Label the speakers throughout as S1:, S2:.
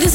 S1: this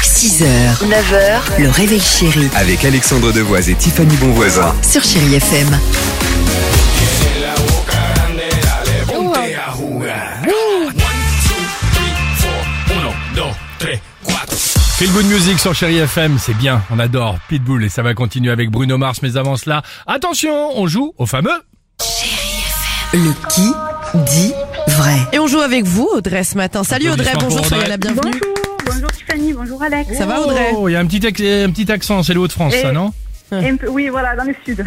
S2: 6h, 9h, le réveil chéri
S3: avec Alexandre Devoise et Tiffany Bonvoisin.
S2: sur Chérie FM.
S4: Feel Good Music sur Chéri FM, c'est bien, on adore Pitbull et ça va continuer avec Bruno Mars, mais avant cela, attention, on joue au fameux
S2: Le qui dit vrai.
S5: Et on joue avec vous, Audrey, ce matin. Salut Audrey,
S4: Applaudissements pour
S5: bonjour, soyez
S4: Audrey.
S5: la bienvenue.
S6: Bonjour, bonjour Tiffany, bonjour Alex.
S5: Ça va Audrey
S4: Oh, il y a un petit, ac- un petit accent, c'est le Haut-de-France,
S6: Eh.
S4: ça, non
S6: Et un peu- oui, voilà, dans le sud.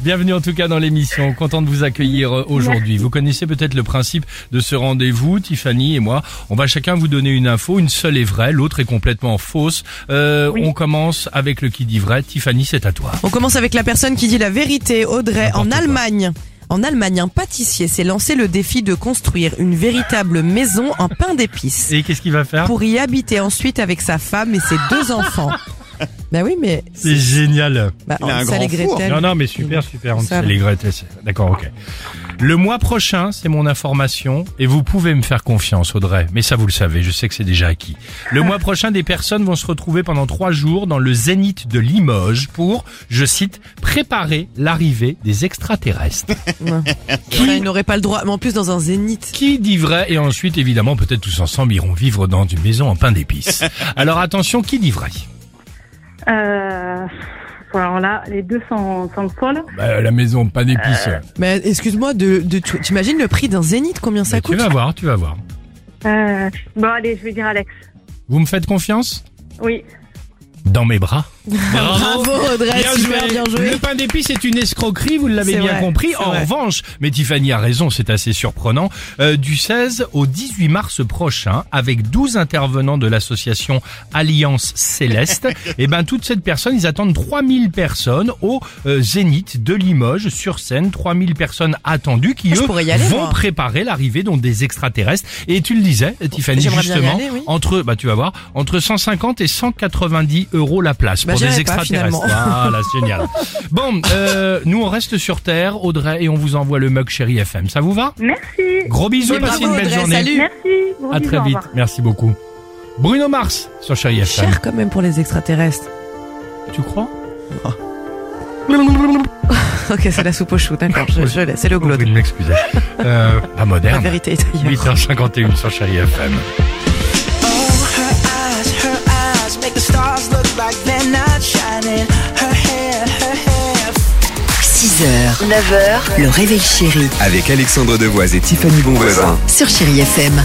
S4: Bienvenue en tout cas dans l'émission, content de vous accueillir euh, aujourd'hui. Vous connaissez peut-être le principe de ce rendez-vous, Tiffany et moi. On va chacun vous donner une info, une seule est vraie, l'autre est complètement fausse. Euh, On commence avec le qui dit vrai. Tiffany, c'est à toi.
S5: On commence avec la personne qui dit la vérité, Audrey,
S4: N'importe
S5: en
S4: quoi.
S5: Allemagne. En Allemagne, un pâtissier s'est lancé le défi de construire une véritable maison en pain d'épices
S4: Et qu'est-ce qu'il va faire
S5: pour y habiter ensuite avec sa femme et ses deux enfants. Ben oui, mais
S4: C'est génial.
S5: bah,
S7: Il a un
S5: Hansel et
S7: grand four.
S5: Gretel.
S4: Non, non, mais super, super. On
S5: Ça
S4: sait
S5: va.
S4: les Gretel, c'est- D'accord, ok. Le mois prochain, c'est mon information, et vous pouvez me faire confiance, Audrey. Mais ça, vous le savez, je sais que c'est déjà acquis. Le mois prochain, des personnes vont se retrouver pendant trois jours dans le zénith de Limoges pour, je cite, préparer l'arrivée des extraterrestres.
S5: Audrey, il n'aurait pas le droit, mais en plus dans un zénith.
S4: Qui dit vrai Et ensuite, évidemment, peut-être tous ensemble iront vivre dans une maison en pain d'épices. Alors attention, qui dit vrai
S6: Euh, alors là, les deux sont, sont folles.
S4: Bah, La maison en pain d'épices.
S5: Mais excuse-moi, de, de, tu- t'imagines le prix d'un zénith, combien ça
S4: Mais tu
S5: coûte
S4: vas voir, tu vas voir. Bah.
S6: Euh, bon, allez, je vais dire Alex.
S4: Vous me faites confiance
S6: Oui.
S4: Dans mes bras.
S5: Bravo Audrey, super bien joué.
S4: Le pain d'épices est une escroquerie, vous l'avez
S5: C'est
S4: bien
S5: vrai,
S4: compris.
S5: c'est
S4: En
S5: vrai.
S4: revanche, mais Tiffany a raison, c'est assez surprenant. euh, du 16 au 18 mars prochain, avec 12 intervenants de l'association Alliance Céleste, et ben toutes cette personne, ils attendent 3000 personnes au euh, Zénith de Limoges sur scène, 3000 personnes attendues qui
S5: Ah, je
S4: eux
S5: pourrais y aller,
S4: vont
S5: moi.
S4: préparer l'arrivée donc des extraterrestres. Et tu le disais, Tiffany
S5: J'aimerais bien y
S4: justement,
S5: aller, oui.
S4: entre bah tu vas voir, entre 150 et 190 euros la place
S5: Bah,
S4: pour des
S5: j'irai pas,
S4: extraterrestres. Voilà, c'est génial. Bon, euh, nous on reste sur Terre, Audrey, et on vous envoie le mug chéri FM. Ça vous va
S6: Merci.
S4: Gros bisous,
S5: Et
S4: passez
S5: bravo,
S4: une belle
S5: Audrey,
S4: journée.
S5: salut.
S6: Merci. Gros
S4: À
S6: bisous,
S4: très
S6: au
S4: vite.
S6: revoir.
S4: Merci beaucoup. Bruno Mars sur chéri FM.
S5: Cher quand même pour les extraterrestres.
S4: Tu crois
S5: Ok, c'est la soupe au chou, d'accord, je, je laisse, c'est le
S4: Oh, Vous
S5: glauque.
S4: de m'excuser. Euh, pas
S5: La
S4: moderne.
S5: vérité est ailleurs.
S4: 8h51 sur chéri FM.
S8: make the stars look like they're not shining. Her hair, her hair.
S2: 6h, 9h, le réveil chéri
S3: Avec Alexandre Devoise et Tiffany Bonvoisin.
S2: sur Chérie FM.